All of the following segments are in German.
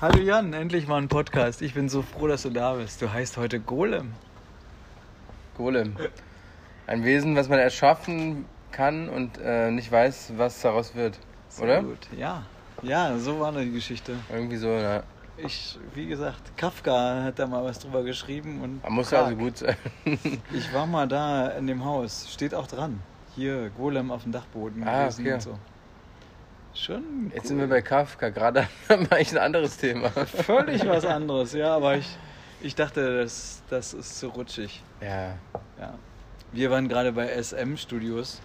Hallo Jan, endlich mal ein Podcast. Ich bin so froh, dass du da bist. Du heißt heute Golem. Golem. Ein Wesen, was man erschaffen kann und äh, nicht weiß, was daraus wird. Sehr oder? Gut. Ja. Ja, so war die Geschichte. Irgendwie so, ne? na. Ich, wie gesagt, Kafka hat da mal was drüber geschrieben und Man muss Prag. also gut sein. Ich war mal da in dem Haus, steht auch dran. Hier Golem auf dem Dachboden Ah, gewesen okay. und so. Schon Jetzt cool. sind wir bei Kafka. Gerade haben wir eigentlich ein anderes Thema. völlig was anderes, ja, aber ich, ich dachte, das, das ist zu rutschig. Ja. Ja. Wir waren gerade bei SM Studios.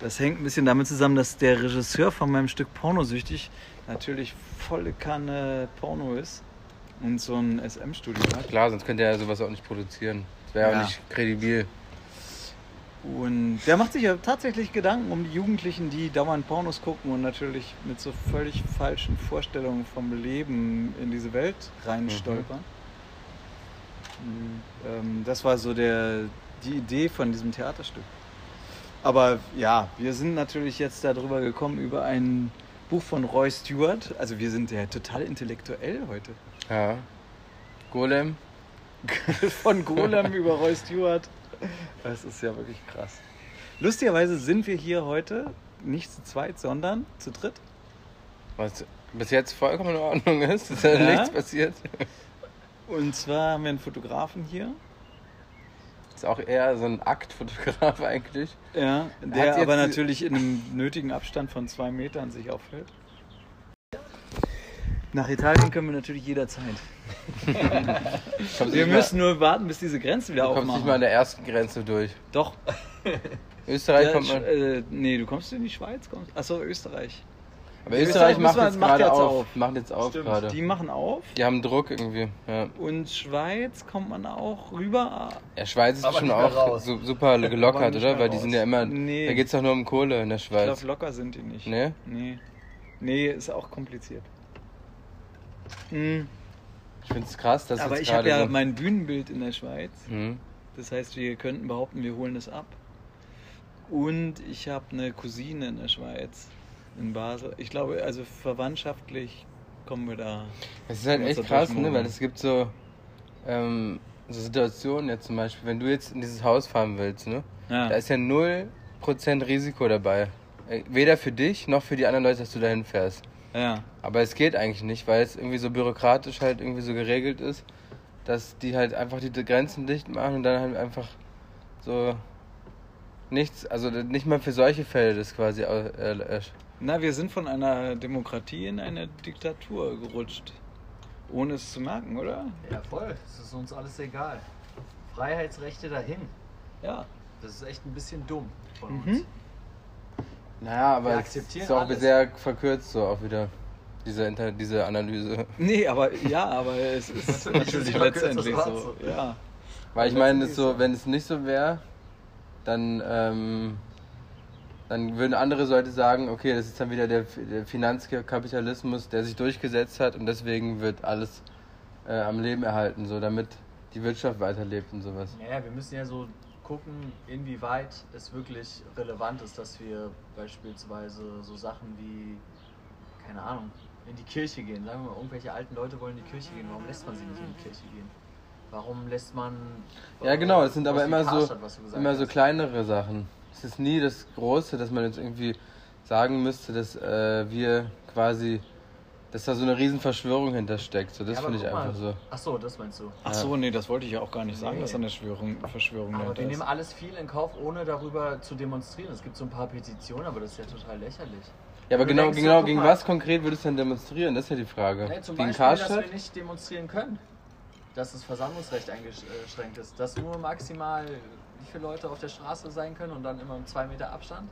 Das hängt ein bisschen damit zusammen, dass der Regisseur von meinem Stück Pornosüchtig natürlich volle Kanne Porno ist und so ein SM Studio hat. Klar, sonst könnte er sowas auch nicht produzieren. Das wäre Ja. auch nicht kredibil. Und der macht sich ja tatsächlich Gedanken um die Jugendlichen, die dauernd Pornos gucken und natürlich mit so völlig falschen Vorstellungen vom Leben in diese Welt reinstolpern. Und, Ähm, das war so der, die Idee von diesem Theaterstück. Aber ja, wir sind natürlich jetzt darüber gekommen, über ein Buch von Roy Stewart. Also wir sind ja total intellektuell heute. Ja. Golem. Von Golem über Roy Stewart. Das ist ja wirklich krass. Lustigerweise sind wir hier heute nicht zu zweit, sondern zu dritt. Was bis jetzt vollkommen in Ordnung ist. Ist ja Ja. nichts passiert. Und zwar haben wir einen Fotografen hier. Ist auch eher so ein Aktfotograf eigentlich. Ja, der jetzt aber die- natürlich in einem nötigen Abstand von zwei Metern sich aufhält. Nach Italien können wir natürlich jederzeit. Kommst Wir nicht mal- müssen nur warten, bis diese Grenzen wieder Also Du kommst nicht mal an aufmachen. der ersten Grenze durch. Doch. Österreich Ja, kommt man. Sch- äh, nee, du kommst in die Schweiz. Kommst. Achso, Österreich. Aber Österreich Österreich macht muss man- jetzt macht gerade jetzt auf. auf. Macht jetzt auf Stimmt. gerade. Die Die, machen auf. haben Druck irgendwie. Ja. Und Schweiz kommt man auch rüber. ja Schweiz ist Aber schon nicht mehr auch raus. su super Aber gelockert, nicht oder? mehr Weil die raus. sind ja immer. Nee. Da geht's doch nur um Kohle in der Ich Schweiz. glaube, locker sind die nicht. Ne? Nee. Nee, ist auch kompliziert. Hm, Ich find's krass, dass Aber jetzt ich habe gerade. ja so- mein Bühnenbild in der Schweiz. Hm. Das heißt, wir könnten behaupten, wir holen es ab. Und ich habe eine Cousine in der Schweiz, in Basel. Ich glaube, also verwandtschaftlich kommen wir da. Es ist halt Ja, echt zur krass, Durchmauerung. ne? Weil es gibt so, ähm, so Situationen jetzt zum Beispiel, wenn du jetzt in dieses Haus fahren willst, ne? Ja. Da ist ja 0% Risiko dabei. Äh, Weder für dich noch für die anderen Leute, dass du dahin fährst. ja. Aber es geht eigentlich nicht, weil es irgendwie so bürokratisch halt irgendwie so geregelt ist, dass die halt einfach die Grenzen dicht machen und dann halt einfach so nichts, also nicht mal für solche Fälle das quasi. Äh, äh, Na, wir sind von einer Demokratie in eine Diktatur gerutscht. Ohne es zu merken, oder? Ja, voll. Es ist uns alles egal. Freiheitsrechte dahin. Ja. Das ist echt ein bisschen dumm von Mhm. uns. naja, aber Wir es akzeptieren ist auch alles. sehr verkürzt so auch wieder diese, Inter diese Analyse. Nee, aber ja, aber es ist Natürlich ist natürlich immer kürzer letztendlich als so. Schwarze. Ja. Weil ich meine, es so, wenn es nicht so wäre, dann, ähm, dann würden andere Leute sagen, okay, das ist dann wieder der, der Finanzkapitalismus, der sich durchgesetzt hat und deswegen wird alles äh, am Leben erhalten, so damit die Wirtschaft weiterlebt und sowas. Naja, wir müssen ja so gucken, inwieweit es wirklich relevant ist, dass wir beispielsweise so Sachen wie, keine Ahnung, in die Kirche gehen. Sagen wir mal, irgendwelche alten Leute wollen in die Kirche gehen. Warum lässt man sie nicht in die Kirche gehen? Warum lässt man. Ja genau, das sind sowas aber wie immer so, Karstadt, was du gesagt immer so hast? kleinere Sachen. Es ist nie das Große, dass man jetzt irgendwie sagen müsste, dass äh, wir quasi, dass da so eine riesen Verschwörung hintersteckt. So, das Ja, aber finde ich guck mal. einfach so. Ach so, das meinst du. Ach so, nee, das wollte ich ja auch gar nicht sagen, Nee. dass da eine Schwörung, Verschwörung Aber dahinter wir nehmen ist. alles viel in Kauf, ohne darüber zu demonstrieren. Es gibt so ein paar Petitionen, aber das ist ja total lächerlich. Ja, aber Du genau, denkst genau doch, gegen guck mal. was konkret würdest du denn demonstrieren? Das ist ja die Frage. Nee, zum gegen Beispiel, dass Karstadt? wir nicht demonstrieren können. Dass das Versammlungsrecht eingeschränkt ist. Dass nur maximal wie viele Leute auf der Straße sein können und dann immer im 2 Meter Abstand.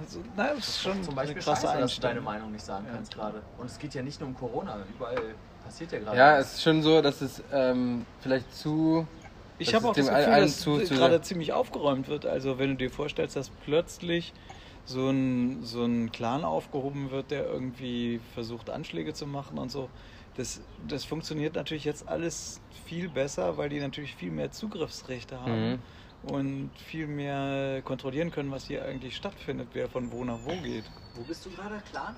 Also, na, das ist schon Zum Beispiel Hm, eine krasse scheiße, dass du Einstellung. deine Meinung nicht sagen Ja. kannst gerade. Und es geht ja nicht nur um Corona. Überall passiert ja gerade. Ja, was. es ist schon so, dass es ähm, vielleicht zu. Ich Das habe auch das System Gefühl, allen dass zu- zu- gerade ziemlich aufgeräumt wird. Also wenn du dir vorstellst, dass plötzlich so ein, so ein Clan aufgehoben wird, der irgendwie versucht, Anschläge zu machen und so. Das, das funktioniert natürlich jetzt alles viel besser, weil die natürlich viel mehr Zugriffsrechte haben Mhm. und viel mehr kontrollieren können, was hier eigentlich stattfindet, wer von wo nach wo geht. Wo bist du gerade, Clan?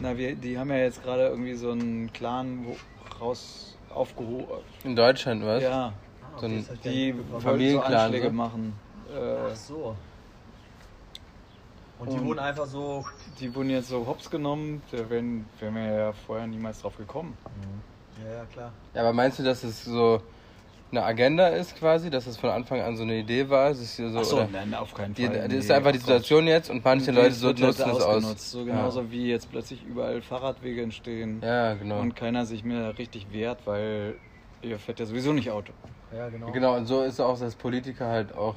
Na, wir, die haben ja jetzt gerade irgendwie so einen Clan wo, raus aufgehoben. In Deutschland, was? Ja, So ein- die wollen so Familienclan, Anschläge so? machen. Äh, Ach so. Und die Und- wurden einfach so. die wurden jetzt so hops genommen, da wären, wären wir ja vorher niemals drauf gekommen. Ja, ja, klar. Ja, aber meinst du, dass es so eine Agenda ist quasi, dass es von Anfang an so eine Idee war? Es ist hier so, Ach so, ne, oder? nein, auf keinen Die, Fall. das ist nee, einfach die komm. Situation jetzt und manche Leute Es so wird halt nutzen es aus. ausgenutzt, So genauso wie jetzt plötzlich überall Fahrradwege entstehen Ja, genau. und keiner sich mehr richtig wehrt, weil ihr fährt ja sowieso nicht Auto. Ja, genau. Genau, und so ist auch, dass Politiker halt auch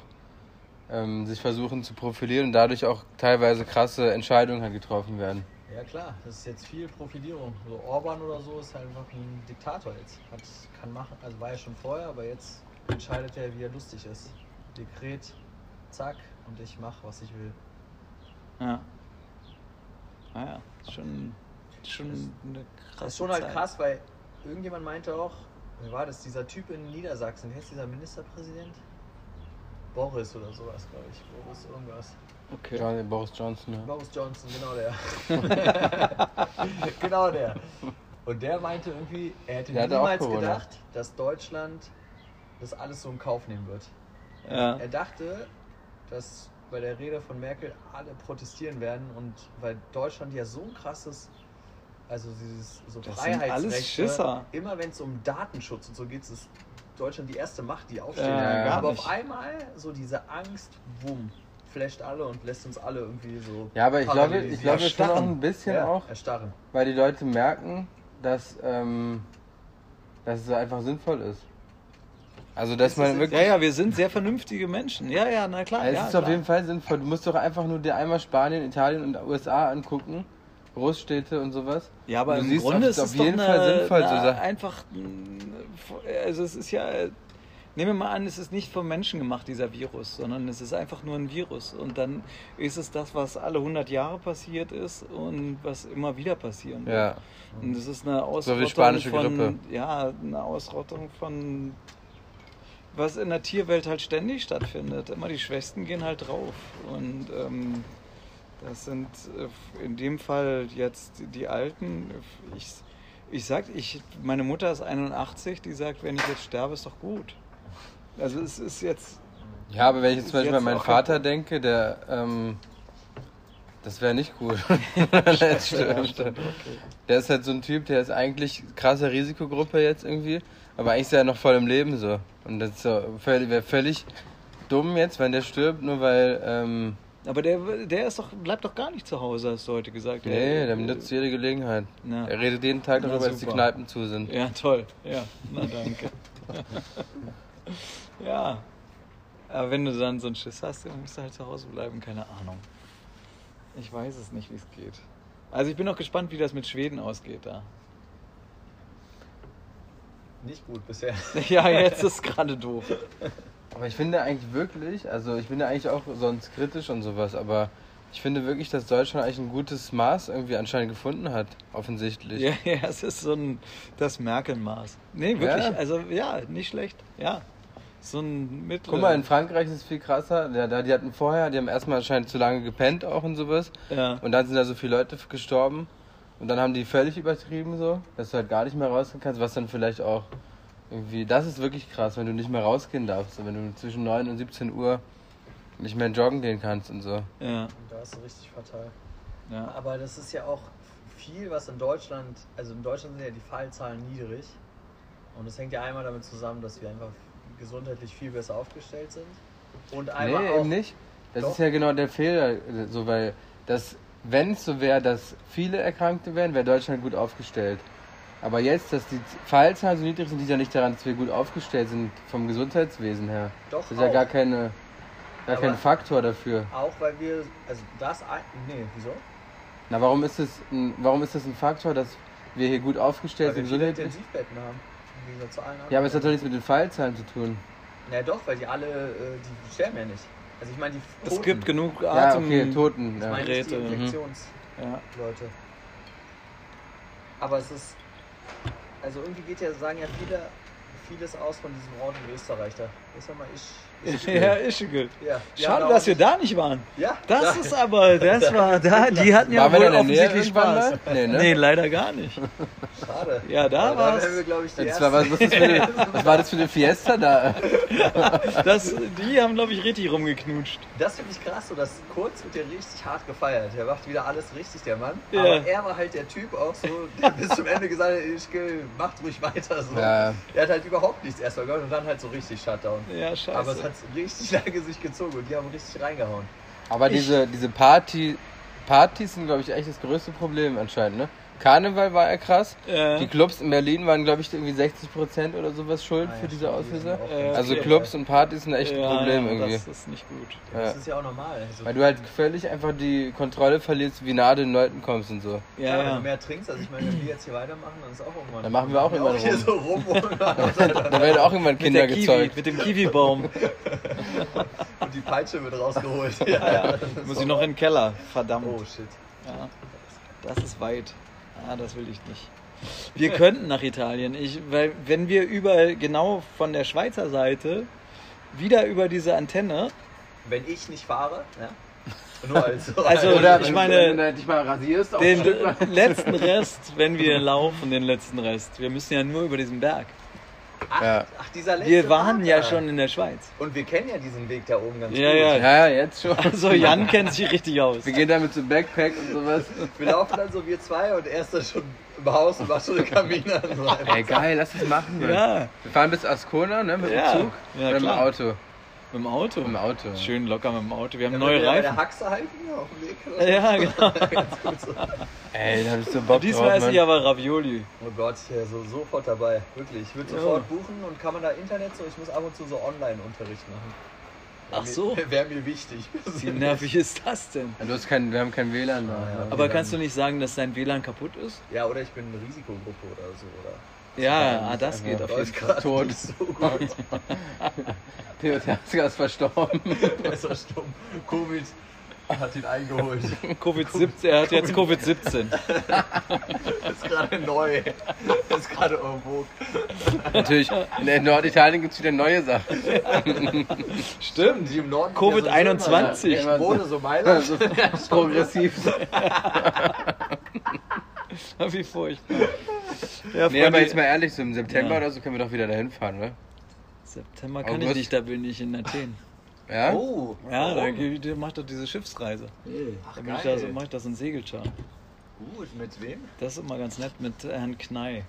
ähm, sich versuchen zu profilieren und dadurch auch teilweise krasse Entscheidungen halt getroffen werden. Ja, klar. Das ist jetzt viel Profilierung. So Orban oder so ist halt einfach ein Diktator jetzt. Hat, kann machen. Also war ja schon vorher, aber jetzt entscheidet er, wie er lustig ist. Dekret, zack, und ich mach, was ich will. Ja. Naja, ist schon, schon Das- eine krasse Das ist schon halt Zeit. krass, weil irgendjemand meinte auch, wer war das? Dieser Typ in Niedersachsen, wie heißt dieser Ministerpräsident? Boris oder sowas, glaube ich. Boris irgendwas. Okay. John, Boris Johnson. Ja. Boris Johnson, genau der. genau der. Und der meinte irgendwie, er hätte Der hatte auch niemals Corona. gedacht, dass Deutschland das alles so in Kauf nehmen wird. Ja. Er dachte, dass bei der Rede von Merkel alle protestieren werden und weil Deutschland ja so ein krasses, also dieses so Das sind alles Freiheitsrechte, Schisser. immer wenn es um Datenschutz und so geht, ist Deutschland die erste Macht, die aufsteht. Ja, gar Aber nicht. auf einmal so diese Angst, wumm, flasht alle und lässt uns alle irgendwie so. ja, aber ich glaube, ich paralysiert. glaube schon auch ein Erstarren. bisschen ja, auch, Erstarren. weil die Leute merken, dass, ähm, dass es einfach sinnvoll ist. Also, dass Es man ist- wirklich. Also, Ja, ja, wir sind sehr vernünftige Menschen. Ja, ja, na klar. es ja, ist klar. auf jeden Fall sinnvoll. Du musst doch einfach nur dir einmal Spanien, Italien und USA angucken. Großstädte und sowas. Ja, aber Du im siehst, Grunde ob ist es es auf doch jeden eine, Fall sinnvoll, so eine Sachen. einfach, also es ist ja, nehmen wir mal an, es ist nicht vom Menschen gemacht, dieser Virus, sondern es ist einfach nur ein Virus und dann ist es das, was alle 100 Jahre passiert ist und was immer wieder passieren wird. Ja. Und es ist eine Ausrottung spanische von, Grippe. ja, eine Ausrottung von, was in der Tierwelt halt ständig stattfindet. Immer die Schwächsten gehen halt drauf und ähm, das sind äh, in dem Fall jetzt die Alten. Ich, ich sag, ich, meine Mutter ist 81, die sagt, wenn ich jetzt sterbe, ist doch gut. Also es ist jetzt, Ja, aber wenn ich jetzt zum Ist Beispiel jetzt an meinen auch- Vater denke, der, ähm, das wäre nicht gut. Letzt- der ist halt so ein Typ, der ist eigentlich krasse Risikogruppe jetzt irgendwie, aber eigentlich ist er noch voll im Leben so. Und das wäre völlig dumm jetzt, wenn der stirbt, nur weil, ähm, aber der, der ist doch, bleibt doch gar nicht zu Hause, hast du heute gesagt. nee, der nutzt jede Gelegenheit. Ja. Er redet jeden Tag Na, darüber, dass die super. Kneipen zu sind. Ja, toll. Ja, na danke. ja. Aber wenn du dann so einen Schiss hast, dann musst du halt zu Hause bleiben, keine Ahnung. Ich weiß es nicht, wie es geht. Also ich bin auch gespannt, wie das mit Schweden ausgeht da. Nicht gut bisher. Ja, jetzt ist gerade doof. Aber ich finde eigentlich wirklich, also ich bin ja eigentlich auch sonst kritisch und sowas, aber ich finde wirklich, dass Deutschland eigentlich ein gutes Maß irgendwie anscheinend gefunden hat, offensichtlich. Ja, ja, es ist so ein das Merkel-Maß. Nee, wirklich, Ja. also ja, nicht schlecht. Ja. So ein Mittel. Guck mal, in Frankreich ist es viel krasser. Ja, da, die hatten vorher, die haben erstmal anscheinend zu lange gepennt auch und sowas. ja. Und dann sind da so viele Leute gestorben. Und dann haben die völlig übertrieben so, dass du halt gar nicht mehr rausgehen kannst, was dann vielleicht auch irgendwie, das ist wirklich krass, wenn du nicht mehr rausgehen darfst. Und wenn du zwischen 9 und 17 Uhr nicht mehr joggen gehen kannst und so. ja, Da ist es richtig fatal. ja. Aber das ist ja auch viel, was in Deutschland, also in Deutschland sind ja die Fallzahlen niedrig. Und das hängt ja einmal damit zusammen, dass wir einfach gesundheitlich viel besser aufgestellt sind. Und einmal nee, auch, eben nicht. Das Doch. ist ja genau der Fehler, äh, so weil das, wenn es so wäre, dass viele Erkrankte wären, wäre Deutschland gut aufgestellt. Aber jetzt, dass die Fallzahlen so niedrig sind, liegt ja nicht daran, dass wir gut aufgestellt sind vom Gesundheitswesen her. Doch Das ist ja auch. gar keine, gar Aber- kein Faktor dafür. auch weil wir, also das, ein- nee, wieso? Na, warum ist es, ein, warum ist das ein Faktor, dass wir hier gut aufgestellt Weil sind? wir viele gesundheitlich? Intensivbetten haben. im Gegensatz zu allen Ja, anderen. aber es hat doch nichts mit den Fallzahlen zu tun. Na doch, weil die alle, äh, die sterben ja nicht. Also ich meine, die Es Toten, gibt genug Ja, Atem. okay, Toten. ich Ja. meine nicht die Geräte, mhm. Infektions... Ja. Leute. Aber es ist. Also irgendwie geht ja, sagen ja viele, vieles aus von diesem Ort in Österreich da. Das sag mal, ich. ich Ja, Ischgl. ja, die haben Schade, dass wir auch- da nicht waren. Ja, Das da- ist aber, das war da, die hatten ja Waren wir wohl da in der Nähe offensichtlich irgendwann Spaß. mal? Nee, ne? Nee, leider gar nicht. schade. Ja, da Weil war's. wären wir, glaube ich, die Das ersten. war, was, was, ist das für eine, was war das für eine Fiesta da? Das, die haben, glaube ich, richtig rumgeknutscht. Das finde ich krass, so dass Kurz wird ja richtig hart gefeiert. Der macht wieder alles richtig, der Mann. Ja. Aber er war halt der Typ auch so, der bis zum Ende gesagt hat, ich geh, macht ruhig weiter so. Ja. Er hat halt überhaupt nichts erstmal gemacht und dann halt so richtig Shutdown. Ja, scheiße. Aber es hat richtig lange sich gezogen und die haben richtig reingehauen. Aber Ich- diese, diese Party, Partys sind, glaube ich, echt das größte Problem anscheinend, ne? Karneval war ja krass. Ja. Die Clubs in Berlin waren, glaube ich, irgendwie 60% oder sowas schuld Ah ja, für diese stimmt, die Auslöser. sind auch Äh, ganz Also schlimm. Clubs und Partys sind echt ein Ja, Problem ja, irgendwie. Das ist nicht gut. Ja. Das ist ja auch normal. Also, Weil du halt völlig einfach die Kontrolle verlierst, wie nah du den Leuten kommst und so. klar, wenn Ja, du ja. mehr trinkst, also ich meine, wenn wir jetzt hier weitermachen, dann ist auch irgendwann. Dann machen wir auch irgendwann irgendwann hier so rum. Da werden auch irgendwann Mit Kinder der Kiwi, gezeugt. mit dem Kiwi-Baum. und die Peitsche wird rausgeholt. Ja, ja. Ah, Muss ich noch in den Keller, verdammt. Oh shit. Ja, das ist weit. Ah, das will ich nicht. Wir könnten nach Italien. Ich, weil, wenn wir über, genau von der Schweizer Seite, wieder über diese Antenne, Wenn ich nicht fahre, ja. Nur als. Also, oder Oder- Ich meine, wenn du dich mal rasierst, auf den ein Stück weit. letzten Rest, wenn wir laufen, den letzten Rest. Wir müssen ja nur über diesen Berg. ach, Ja. ach, dieser letzte. Wir waren ja Vater. schon in der Schweiz. Und wir kennen ja diesen Weg da oben ganz Ja, gut. ja. Ja, ja, jetzt schon. Also Jan kennt sich richtig aus. Wir gehen da mit so Backpack und sowas. Wir laufen dann so wir zwei und er ist dann schon im Haus und macht so eine Kamine an. So Ey, geil, lass es machen. Mann. Ja, Wir fahren bis Ascona, ne? Mit Ja. dem Zug Ja, oder mit dem klar. Auto. mit dem Auto. Mit dem Auto. Schön locker mit dem Auto. Wir haben Dann neue wir bei der Reifen. Haxe halten ja, auf dem Weg. Ja, genau. Ganz gut so. Ey, da hab ich so Bock Diesmal drauf, esse Mann. ich aber Ravioli. Oh Gott, ja, so, sofort dabei. Wirklich. Ich würde Ja. sofort buchen und kann man da Internet so. Ich muss ab und zu so Online-Unterricht machen. Ach so. Wäre mir wichtig. Wie nervig ist das denn? Ja, Du hast kein, wir haben kein WLAN mehr. Ah, ja. Aber kannst du nicht sagen, dass dein WLAN kaputt ist? Ja, oder ich bin eine Risikogruppe oder so. Oder Ja, ah, das geht auf jeden läuft Fall. gerade tot. nicht so gut. Theo Terziger ist verstorben. Er ist so stumm. Covid hat ihn eingeholt. Covid-17, er hat jetzt Covid-17. Ist gerade neu. Ist gerade irgendwo. Natürlich, in der Norditalien gibt es wieder neue Sachen. Stimmt. Die im Norden sind ja so schön, Covid-21. Ja, Alter. Wurde so Mailand. Also, progressiv. ne? Wie furchtbar. Ja, Nee, aber Freunde, jetzt mal ehrlich, so im September Ja. oder so können wir doch wieder dahin fahren, ne? oder? September kann ich August. nicht, da bin ich in Athen. Ja? Oh, Ja, da warum? geh- der macht doch diese Schiffsreise. Ach, Da geil. mach ich, da so, mach ich da so einen Segelcharm. Gut, mit wem? Das ist immer ganz nett mit Herrn Knei.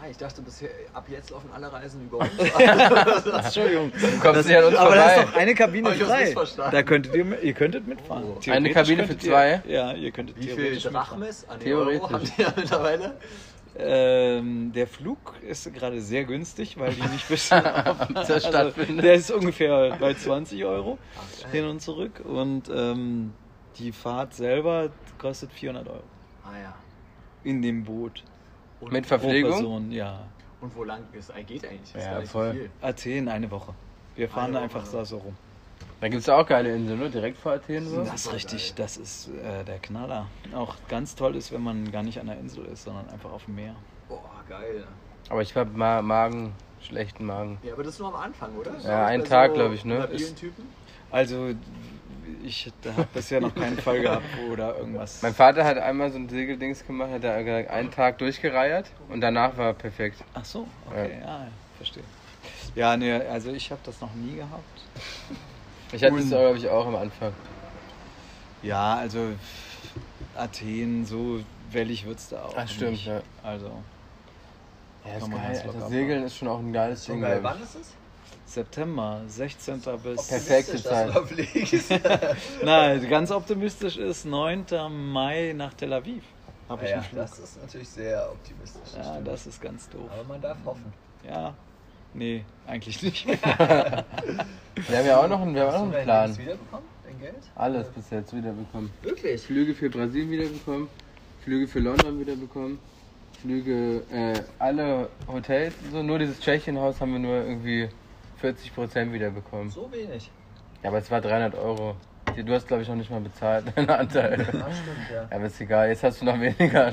Ah, ich dachte bisher, ab jetzt laufen alle Reisen über uns. Entschuldigung. Du kommst nicht an uns Aber da ist vorbei. doch eine Kabine Hab ich was frei. missverstanden? Da könntet ihr, ihr könntet mitfahren. Oh. Eine Theoretisch Kabine für könntet zwei? Ihr, ja, ihr könntet Wie viel theoretisch mitfahren. Drachmes an den Theoretisch. Euro habt ihr ja mittlerweile? Ähm, der Flug ist gerade sehr günstig, weil die nicht wissen, ob Ob das stattfindet. Der ist ungefähr bei 20 Euro Ach, hin und zurück und ähm, die Fahrt selber kostet 400 Euro Ah ja. in dem Boot Und, Mit pro Verpflegung? Person. Ja, und wo lang es geht eigentlich? Ist Ja, gar nicht voll. So viel. Athen eine Woche. Wir fahren Eine Woche. einfach da so rum. Da gibt es auch geile Inseln, ne? Direkt vor Athen. So. Das ist Super richtig, geil. das ist äh, der Knaller. Auch ganz toll ist, wenn man gar nicht an der Insel ist, sondern einfach auf dem Meer. Boah, geil. Aber ich habe Ma Magen, schlechten Magen. Ja, aber das ist nur am Anfang, oder? Ja, ein einen Tag, glaub ich, ne? Ist, Ist- Typen? Also ich habe bisher noch keinen Fall gehabt, wo da irgendwas. Mein Vater hat einmal so ein Segeldings gemacht, hat da einen Tag durchgereiert und danach war er perfekt. Ach so, okay, ja, verstehe. Ja, nee, also ich habe das noch nie gehabt. Ich hatte Und- das, glaube ich, auch am Anfang. Ja, also Athen, so wellig wird's da auch. Ach, stimmt, nicht. ja. Also Ja, Kann man ganz locker Alter. machen. Segeln ist schon auch ein geiles So Ding. geil. glaub Wann ist es? September, 16. bis. Perfekt. Perfekte Optimistisch, Zeit. dass du da fliegst. Na, ganz optimistisch ist 9. Mai nach Tel Aviv. Habe ich ja, einen Flug. das ist natürlich sehr optimistisch. ja, stimmt. das ist ganz doof. Aber man darf hoffen. Ja. Nee, eigentlich nicht. ich. Wir haben ja auch noch einen, wir haben auch noch einen Hast du dein Plan. Ah. Lebens wiederbekommen, dein Geld? Alles bis jetzt wiederbekommen. Wirklich? Flüge für Brasilien wiederbekommen, Flüge für London wiederbekommen, Flüge, äh, alle Hotels, und so nur dieses Tschechenhaus haben wir nur irgendwie 40% wiederbekommen. So wenig. Ja, aber es war 300 Euro. Die- Du hast, glaube ich, noch nicht mal bezahlt, deinen Anteil. Ah, stimmt, ja. Ja, aber ist egal, jetzt hast du noch weniger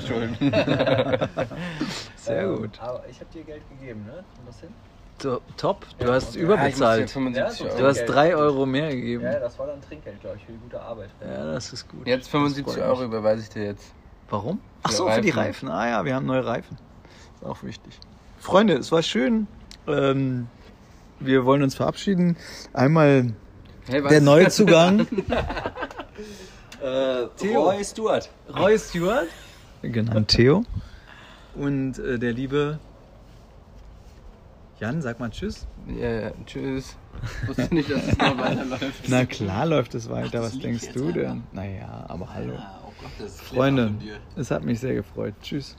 Schulden. Sehr Ähm, gut. Ähm, Aber ich habe dir Geld gegeben, ne? Und was hin? to- top. Du hast überbezahlt. Ja, Euro. Du hast Trinkgeld. 3 Euro mehr gegeben. Ja, Ja, das war dann Trinkgeld, glaube ich, für die gute Arbeit. das ist gut. Jetzt Das 75 freut Euro mich. überweise ich dir jetzt. Warum? Ach Für so, für die Reifen. Reifen. Ah ja, wir haben neue Reifen. Ist auch wichtig. Freunde, es war schön. Ähm, wir wollen uns verabschieden. Einmal Hey, was der ist- Neuzugang. Äh, Theo. Roy Stewart. Roy Stewart. Genannt Genau, Theo. Und äh, der liebe Jan, sag mal Tschüss. Ja, ja, tschüss. Ich wusste nicht, dass es noch weiterläuft. Na klar läuft es weiter, was denkst du einfach. denn? Naja, aber hallo. Ah, oh Gott, das ist clever Freunde, von dir. es hat mich sehr gefreut. Tschüss.